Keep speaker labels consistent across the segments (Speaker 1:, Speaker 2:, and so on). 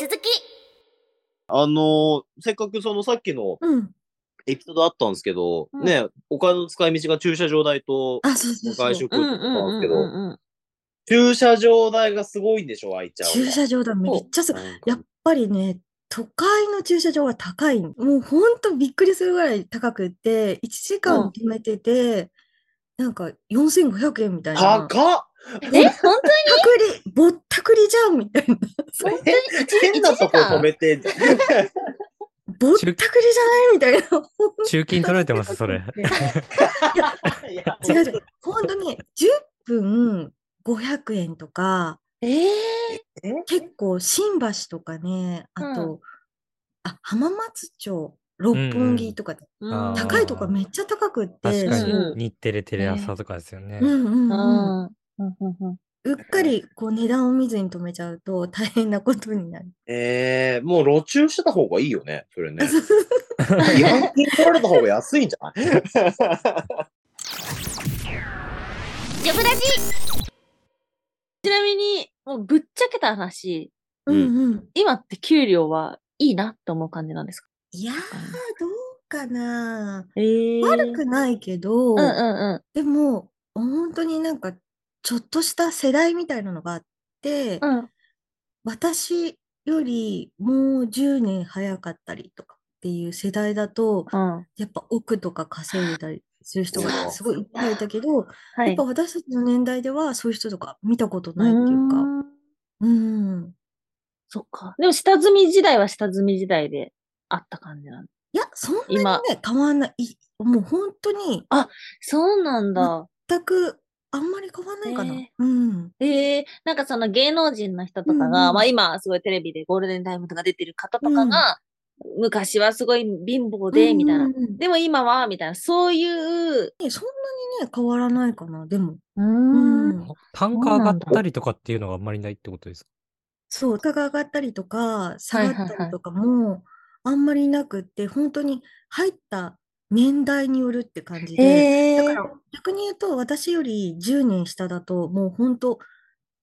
Speaker 1: オ続き
Speaker 2: あのーせっかくそのさっきの
Speaker 1: うん。
Speaker 2: エピソードあったんですけど、
Speaker 1: うん
Speaker 2: ね、お金の使い道が駐車場代と、
Speaker 1: あ、そうそうそう。
Speaker 2: 外食と
Speaker 1: う
Speaker 2: か
Speaker 1: ん
Speaker 2: な
Speaker 1: うん
Speaker 2: んです
Speaker 1: うん
Speaker 2: けど
Speaker 1: うんうん。
Speaker 2: 駐車場代がすごいんでしょ、愛ちゃんは。
Speaker 1: 駐車場だ、めっちゃすごい。
Speaker 2: なんか
Speaker 1: やっぱりね、都会の駐車場は高い。もうほんとびっくりするぐらい高くて、1時
Speaker 2: う
Speaker 1: 間
Speaker 2: ん
Speaker 1: 止めてて、なんか4500円みたいな。
Speaker 2: 高っ
Speaker 3: え、本当に
Speaker 1: たくり、ぼったくりじゃんみたい な。
Speaker 3: 本当に
Speaker 2: 変なとこ止めて、
Speaker 1: ぼったくりじゃないみたいな。
Speaker 4: 中金取られてます、それ。
Speaker 2: いや
Speaker 1: 違う違う。本当に10分500円とか、
Speaker 3: ええ
Speaker 1: 結構新橋とかね、あと、
Speaker 3: う
Speaker 1: あ浜松町、六本木とか、
Speaker 4: あー
Speaker 1: 高いとこめっちゃ高くって、
Speaker 4: 確か
Speaker 1: そ
Speaker 4: に
Speaker 1: う、
Speaker 4: 日テレテレ朝とかですよね
Speaker 1: う。んうん
Speaker 3: う
Speaker 1: うん、
Speaker 3: ん。うんうんうん
Speaker 1: うっかりこう値段を見ずに止めちゃうと大変なことになる。
Speaker 2: えー、もう路駐してた方がいいよね、そ れね。違反金取られた方が安いんじゃない
Speaker 1: ジョブラジ
Speaker 3: ちなみに、もうぶっちゃけた話、
Speaker 1: う
Speaker 2: うん
Speaker 1: んうん。
Speaker 3: 今って給料はいいなって思う感じなんですか
Speaker 1: いやー、どうかな。
Speaker 3: ええ
Speaker 1: 悪くないけど、
Speaker 3: うんうんうん。
Speaker 1: でも、本当になんか、ちょっとした世代みたいなのがあって、
Speaker 3: うん。
Speaker 1: 私よりもう10年早かったりとかっていう世代だと、
Speaker 3: うん。
Speaker 1: やっぱ億とか稼いでたりする人
Speaker 2: う
Speaker 1: が
Speaker 2: わ
Speaker 1: すごいいっぱいいたけど、
Speaker 3: は
Speaker 1: やっ
Speaker 3: い
Speaker 1: ぱ。私たちの年代ではそういう人とか見たことないっていう
Speaker 3: う
Speaker 1: か、
Speaker 3: ーん
Speaker 1: うん。
Speaker 3: そっか。でも下積み時代は下積み時代であった感じなんだ。
Speaker 1: いや、そんなに
Speaker 3: 今
Speaker 1: ね、変わんない。いもう本当に
Speaker 3: そうなんだ。
Speaker 1: 全くあんまり変わんないかな。
Speaker 3: ね
Speaker 1: うん。
Speaker 3: ええなんかその芸能人の人とか
Speaker 1: うん
Speaker 3: が、
Speaker 1: うん
Speaker 3: まあ今すごいテレビでゴールデンタイムとか出てる方とかが、昔はすごい貧乏で、みたいな。
Speaker 1: うんうんうん
Speaker 3: でも今は、みたいな、そういう、
Speaker 1: ねそんなにね、変わらないかな、でも。
Speaker 3: う
Speaker 1: うんん。
Speaker 4: 単価上がったりとかっていうのがあんまりないってことですか
Speaker 1: そう、価格が上がったりとか、下が
Speaker 3: はい
Speaker 1: った
Speaker 3: は
Speaker 1: り
Speaker 3: い
Speaker 1: とかも、あんまりなくって、本当に入った年代によるって感じで、
Speaker 3: え
Speaker 1: だ
Speaker 3: え
Speaker 1: から逆に言うと、私より10年下だと、もう本当、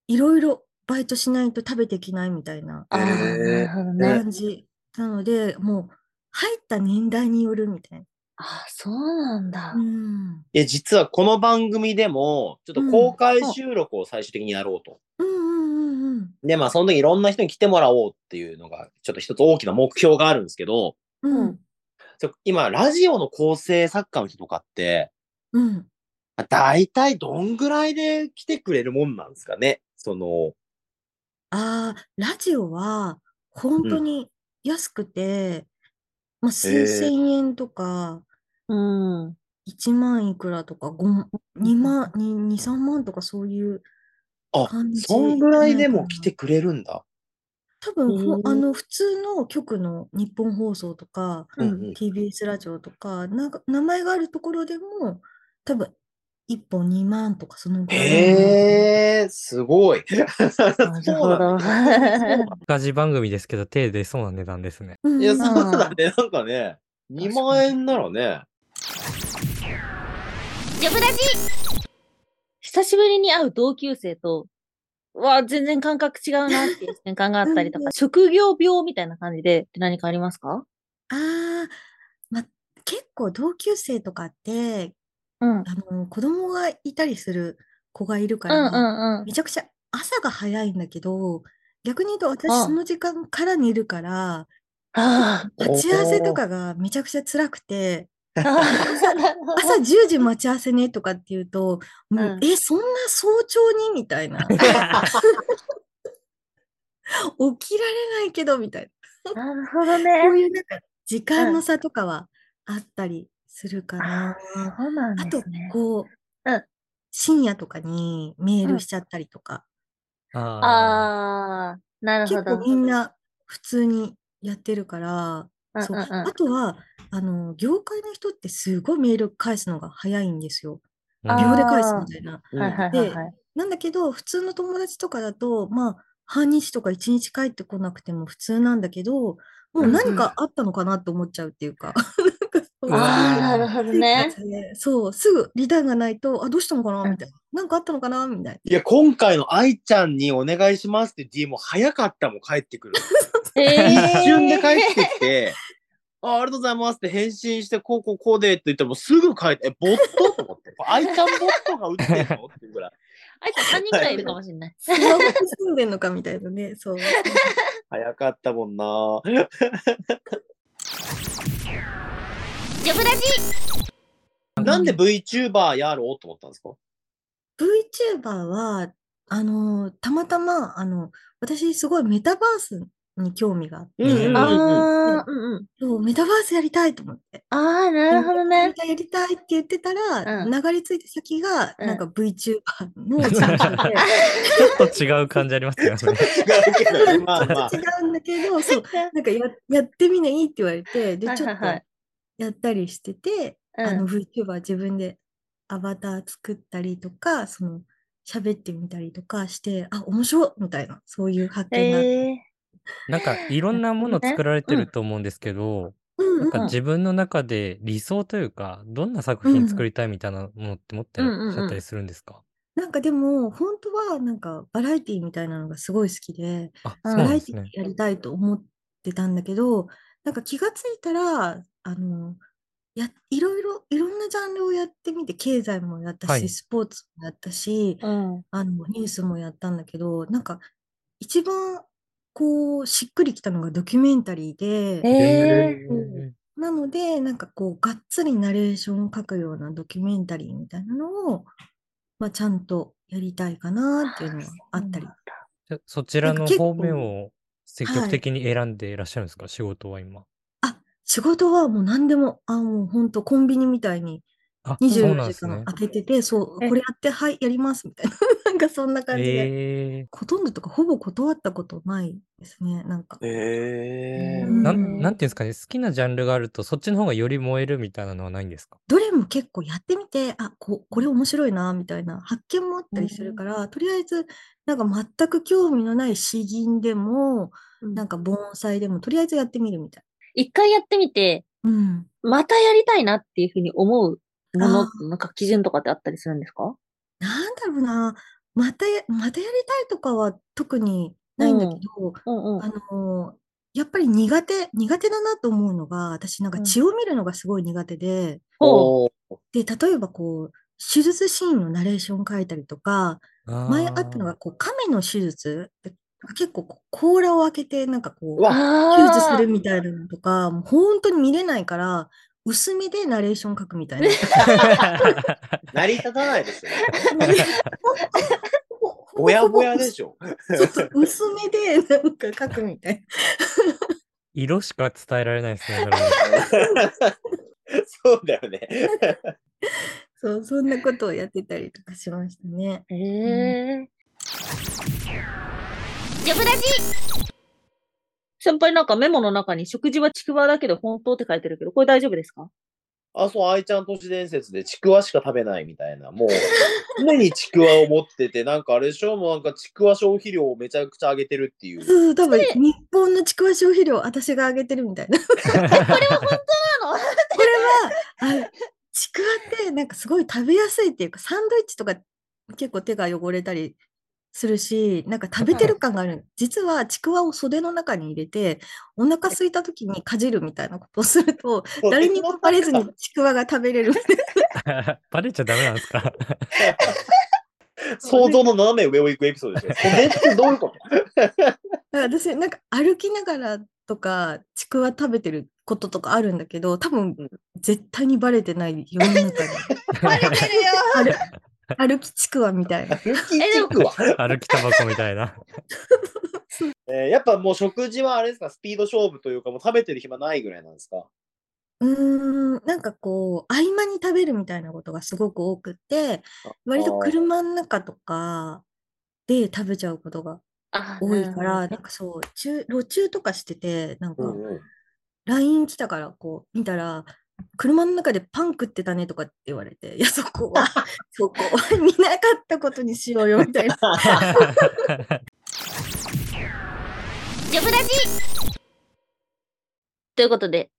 Speaker 1: いろいろバイトしないと食べていけないみたいな
Speaker 3: ああ、なるほどね。
Speaker 1: 感じなので、もう入った年代によるみたい
Speaker 3: ああ、そうなんだ
Speaker 1: な。う。ん。
Speaker 2: いや、実はこの番組でも、ちょっと公開収録を最終的にやろうと。
Speaker 1: うんうんうん
Speaker 2: で、まあ、その時いろんな人に来てもらおうっていうのが、ちょっと一つ大きな目標があるんですけど、
Speaker 1: うん。うん
Speaker 2: そう今、ラジオの構成作家の人とかって、
Speaker 1: うん。
Speaker 2: まあ大体どんぐらいで来てくれるもんなんですかねその、
Speaker 1: ああ、ラジオは本当
Speaker 2: うん
Speaker 1: に安くて、まあ、数
Speaker 2: へえ
Speaker 1: 千円とか、
Speaker 3: うん。
Speaker 1: 1万いくらとか、5、2万、2、3万とかそういう、
Speaker 2: あ
Speaker 1: 感、じ
Speaker 2: そんぐらいでも来てくれるんだ。
Speaker 1: 多分ほ
Speaker 3: へえ
Speaker 1: あの、普通の局の日本放送とか、
Speaker 2: うんうん
Speaker 1: TBS ラジオとか、なんか名前があるところでも、多分1本2万とか、そのぐらいの。
Speaker 2: へえー、すごい。
Speaker 3: なるほど。
Speaker 4: ガジ番組ですけど、手出そうな値段ですね。
Speaker 1: うん
Speaker 2: いや、
Speaker 1: うん
Speaker 2: そうだね。なんかね、2万円ならね。
Speaker 1: ジョブラジ
Speaker 3: 久しぶりに会う同級生と、うわあ、全然感覚違うなっていう瞬間があったりと
Speaker 1: うん
Speaker 3: か、職業病みたいな感じでって何かありますか
Speaker 1: ああ、ま、結構同級生とかって、
Speaker 3: うん。うん
Speaker 1: あの子供がいたりする子がいるか
Speaker 3: う
Speaker 1: ら、
Speaker 3: んうん。
Speaker 1: めちゃくちゃ朝が早いんだけど逆に言うと私
Speaker 3: あ
Speaker 1: その時間から寝るから
Speaker 3: あー
Speaker 1: 待ち合わせとかがめちゃくちゃ辛くて
Speaker 3: あー。
Speaker 1: 朝10時待ち合わせねとかって言うともう、
Speaker 3: うん
Speaker 1: えそんな早朝にみたいな起きられないけどみたい
Speaker 3: な
Speaker 1: な
Speaker 3: るほど
Speaker 1: こう
Speaker 3: ね。
Speaker 1: いうなんか時間の差とかはあったりするかな。
Speaker 3: そうなん
Speaker 1: あ
Speaker 3: で
Speaker 1: と
Speaker 3: すね。
Speaker 1: こう、
Speaker 3: うん
Speaker 1: 深夜とかにメー
Speaker 3: う
Speaker 1: ル
Speaker 3: ん
Speaker 1: しちゃったりとか、
Speaker 4: あ
Speaker 3: ああ、なるほ
Speaker 1: 結
Speaker 3: ど
Speaker 1: 構。みんな普通にやってるから、
Speaker 3: うん
Speaker 1: そううん
Speaker 3: うん
Speaker 1: あとはあの業界の人ってすごいメール返すのが早いんですよ。
Speaker 4: あ。
Speaker 3: あー
Speaker 1: 秒で返すみたいな。
Speaker 2: うん
Speaker 3: はいはいはいはい。
Speaker 1: なんだけど普通の友達とかだとまあ半日とか一日帰ってこなくても普通なんだけどもう何かあったのかなって思っちゃうっていうか、 そう
Speaker 3: ああ、な
Speaker 4: ー
Speaker 3: るほどね。
Speaker 1: そう、すぐリターンがないと、あ、どうしたのかなみたいな。なんかあったのかなみたい
Speaker 2: いや、今回の愛ちゃんにお願いしますって DM も早かったもん、帰ってくる。
Speaker 3: え
Speaker 2: 一瞬で
Speaker 3: え
Speaker 2: 帰ってきて、あ、ありがとうございますって返信して、こうこうこうでって言ってもすぐ帰って、え、ボットと思って。これ愛ちゃんボットが打ってんのっていうぐらい。
Speaker 3: あいつ3人くらいいるかもしれない。
Speaker 1: な。スマホに住んでんのかみたいなね。そう。
Speaker 2: 早かったもんな。
Speaker 3: ジョブラジ
Speaker 2: なんで VTuber やろうと思ったんですか
Speaker 1: VTuber は、あの、たまたま、あの、私すごいメタバースに興味があって、
Speaker 4: うんうん
Speaker 3: ああ、うんうん。
Speaker 1: そうメタバースやりたいと思って。
Speaker 3: ああ、なるほどね。
Speaker 1: やりたいって言ってたら、
Speaker 3: うん
Speaker 1: 流れ着いた先が、
Speaker 3: うん
Speaker 1: なんか VTuber の事務所で、
Speaker 4: ちょっと違う感じあります よね。
Speaker 2: 違うけどね、まあまあ。
Speaker 1: 違うんだけど、そう、なんかややってみないって言われて、で、
Speaker 3: はい
Speaker 1: ちょ
Speaker 3: はい
Speaker 1: っと
Speaker 3: はい
Speaker 1: やったりしてて、あの VTuber 自分でアバター作ったりとか、その、喋ってみたりとかして、あ、面白いみたいな、そういう発見があって。
Speaker 3: ええ。
Speaker 4: なんかいろんなもの作られてると思うんですけど、
Speaker 1: うん
Speaker 4: な
Speaker 1: う
Speaker 4: ん
Speaker 1: ん
Speaker 4: か自分の中で理想というか、どんな作品作りたいみたいなものって持ってらっしゃったりするんですか
Speaker 1: なんかでも、本当はなんかバラエティみたいなのがすごい好きで、
Speaker 4: あ、
Speaker 3: う
Speaker 4: そ
Speaker 3: ん
Speaker 1: バ
Speaker 4: う
Speaker 1: ラ
Speaker 4: なん
Speaker 1: エ
Speaker 4: で
Speaker 1: テ
Speaker 4: す
Speaker 1: ィ
Speaker 4: ね。
Speaker 1: やりたいと思ってたんだけど、なんか気がついたら、あの、や、いろいろ、いろんなジャンルをやってみて、経済もやった
Speaker 4: は
Speaker 1: し、
Speaker 4: い
Speaker 1: スポーツもやったし、
Speaker 3: うん。
Speaker 1: あの、ニュースもやったんだけど、なんか、一番、こう、しっくりきたのがドキュメンタリー
Speaker 3: え
Speaker 1: で、
Speaker 3: え。
Speaker 1: うんなので、なんかこう、がっつりナレーションを書くようなドキュメンタリーみたいなのを、まあ、ちゃんとやりたいかなっていうのはあったり。
Speaker 4: じゃそち
Speaker 1: な
Speaker 4: ら
Speaker 1: ん
Speaker 4: の
Speaker 1: か結
Speaker 4: 方
Speaker 1: 構
Speaker 4: 面を積
Speaker 1: は
Speaker 4: 極
Speaker 1: い
Speaker 4: 的に選んでいらっしゃるんですか、仕事は今。
Speaker 1: あ、仕事はもう何でも、あ、もう本当コンビニみたいに
Speaker 4: あ、そう
Speaker 1: 24
Speaker 4: なんで
Speaker 1: 時
Speaker 4: す
Speaker 1: 間
Speaker 4: ね。
Speaker 1: 開けてて、そう、
Speaker 3: え
Speaker 1: これやって、はい、やりますみたいな、なんかそんな感じで、
Speaker 4: ええ
Speaker 1: ほとんどとかほぼ断ったことないですね、なんか。
Speaker 2: え
Speaker 1: うん
Speaker 4: なん、なんていうんですかね、好きなジャンルがあると、そっちの方がより燃えるみたいなのはないんですか
Speaker 1: どれも結構やってみて、あ、こ、これ面白いな、みたいな発見もあったりするから、とりあえず、なんか全く興味のない詩吟でも、なんか盆栽でも、とりあえずやってみるみたい
Speaker 3: 一回やってみて、
Speaker 1: な。うん。
Speaker 3: またやりたいなっていうふうに思うも
Speaker 1: あ
Speaker 3: の、なんか基準とかってあったりするんですか
Speaker 1: なんだろうな、またや、またやりたいとかは特にないんだけど、
Speaker 3: うんうん。
Speaker 1: あのーやっぱり苦手、苦手だなと思うのが、私なんか
Speaker 3: うん
Speaker 1: 血を見るのがすごい苦手で、
Speaker 3: ほう。
Speaker 2: おー
Speaker 1: で、例えばこう、手術シーンのナレーション書いたりとか、前あったのが、こう、亀の手術って、結構こう甲羅を開けて、なんかこ
Speaker 2: う
Speaker 1: う、
Speaker 2: わ
Speaker 1: 手術
Speaker 3: あ
Speaker 1: す
Speaker 3: あ
Speaker 1: るみたいなのとか、もう本当に見れないから、薄めでナレーション書くみたいな。
Speaker 4: あ
Speaker 2: 成り立たないですよね。ぼやぼやでしょ。
Speaker 1: そうそう薄めでなんか書くみたいな。
Speaker 4: ー 色しか伝えられないですね。それ
Speaker 2: そうだよね。
Speaker 1: そう、そんなことをやってたりとかしましたね。
Speaker 3: へえ。ジョブラジ先輩なんかメモの中に食事はちくわだけど本当って書いてるけど、これ大丈夫ですか
Speaker 2: あ、そう、愛ちゃん都市伝説でちくわしか食べないみたいな、もう、 常にちくわを持ってて、なんかあれでしょ、もうなんかちくわ消費量をめちゃくちゃ上げてるっていう。
Speaker 1: そう、多分日本のちくわ消費量、私が上げてるみたいな。こ れは、あちくわってなんかすごい食べやすいっていうか、サンドイッチとか結構手が汚れたりするし、なんか食べてる感がある。実はちくわを袖の中に入れて、お腹空いた時にかじるみたいなことをすると、誰にもバレずにちくわが食べれるみたいな。
Speaker 4: バレちゃダメなんですか
Speaker 2: 想像の斜め上を行くエピソードですよ。 それってどういうこと
Speaker 1: だから私なんか歩きながらとかちくわ食べてることとかあるんだけど多分
Speaker 2: うん
Speaker 1: 絶対にバレてない世の中に
Speaker 3: バレてるよ
Speaker 1: 歩きちくわみたいな。
Speaker 2: 歩きちくわ。
Speaker 4: 歩きタバコみたいな。
Speaker 2: えーやっぱもう食事はあれですか、スピード勝負というか、もう食べてる暇ないぐらいなんですか。
Speaker 1: うーんなんかこう合間に食べるみたいなことがすごく多くって割と車の中とかで食べちゃうことが
Speaker 3: あ
Speaker 1: 多いから
Speaker 3: な
Speaker 1: な
Speaker 3: る
Speaker 1: んかそう中路中とかしててなんか
Speaker 2: うん うん
Speaker 1: LINE 来たからこう見たら車の中でパン食ってたねとかって言われていやそこ はそこは見なかったことにしようよみた いな。
Speaker 3: ほどジョブラジということで、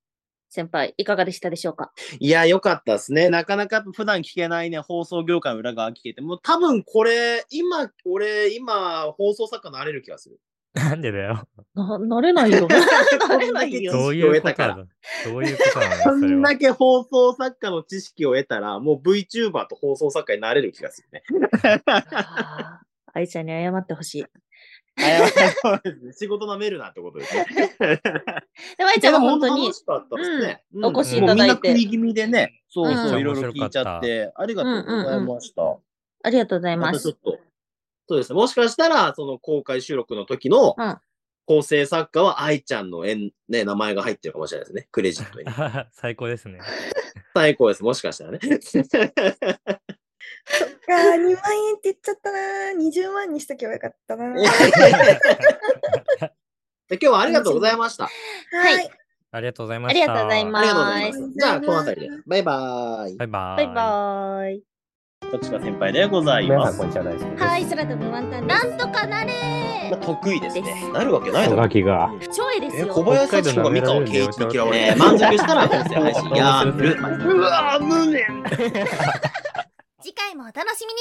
Speaker 3: 先輩、いかがでしたでしょうか
Speaker 2: いや、よかったですね。なかなか普段聞けないね、放送業界の裏側聞けて、もう多分これ、今、俺、今、放送作家になれる気がする。
Speaker 4: なんでだよ。
Speaker 3: な、なれない よ。なれないよ。
Speaker 4: どういうことだどういうことなの
Speaker 2: こ
Speaker 4: それ
Speaker 2: ん
Speaker 4: は
Speaker 2: だ。け放送作家の知識を得たら、もう VTuber と放送作家になれる気がするね。
Speaker 3: あー愛ちゃんに謝ってほしい。
Speaker 2: 仕事なめるなってことですね。
Speaker 3: でも愛ちゃんは本当に
Speaker 2: 楽、しかったですね。
Speaker 3: うん
Speaker 2: うん
Speaker 3: お越
Speaker 4: しいた。
Speaker 2: も
Speaker 3: だ
Speaker 2: うみん
Speaker 3: い
Speaker 2: な
Speaker 3: て
Speaker 2: 組気味でね、そう
Speaker 3: う
Speaker 2: そ
Speaker 3: ん
Speaker 2: う、いろいろ聞いちゃって、ありがとうございました。
Speaker 3: ありがとうござい
Speaker 2: ま
Speaker 3: ま
Speaker 2: たちょ
Speaker 3: す
Speaker 2: っ。と、そうですね、もしかしたら、その公開収録の時の
Speaker 3: うん
Speaker 2: 構成作家は愛ちゃんの縁、ね、名前が入ってるかもしれないですね、クレジットに
Speaker 4: 最高ですね。
Speaker 2: 最高です、もしかしたら ね。
Speaker 1: あー、2万円って言っちゃったなー。20万にしとけばよかったなー。
Speaker 2: で今日はありがとうございました。
Speaker 3: はい
Speaker 1: はい。
Speaker 4: ありがとうございま
Speaker 3: あ
Speaker 4: し
Speaker 3: り
Speaker 4: た。
Speaker 3: がとうござい
Speaker 2: あ
Speaker 3: ま
Speaker 2: りがとうござい
Speaker 3: す
Speaker 2: ま。す。じゃあ、この辺りで。バイバーイ。
Speaker 4: バイバ
Speaker 3: バ
Speaker 4: ー
Speaker 3: イバーイ。
Speaker 2: どっちか先輩でござい
Speaker 5: 皆
Speaker 2: ま
Speaker 5: さん、こ。ん
Speaker 2: す
Speaker 5: にちは、大好きです。
Speaker 3: はい、空飛ぶワンタン、なんとかなれ
Speaker 2: まあ得意です
Speaker 3: です
Speaker 2: ね。なるわけないだ
Speaker 5: お
Speaker 2: ろ
Speaker 5: が。きが。
Speaker 3: 超えです
Speaker 2: え
Speaker 3: よ。
Speaker 2: 小林幸子が三河圭一に嫌われ
Speaker 4: え
Speaker 2: て、
Speaker 4: ー
Speaker 2: 満足したら音声配信やめる。
Speaker 5: 面白
Speaker 2: うわー無念
Speaker 6: 次回もお楽しみに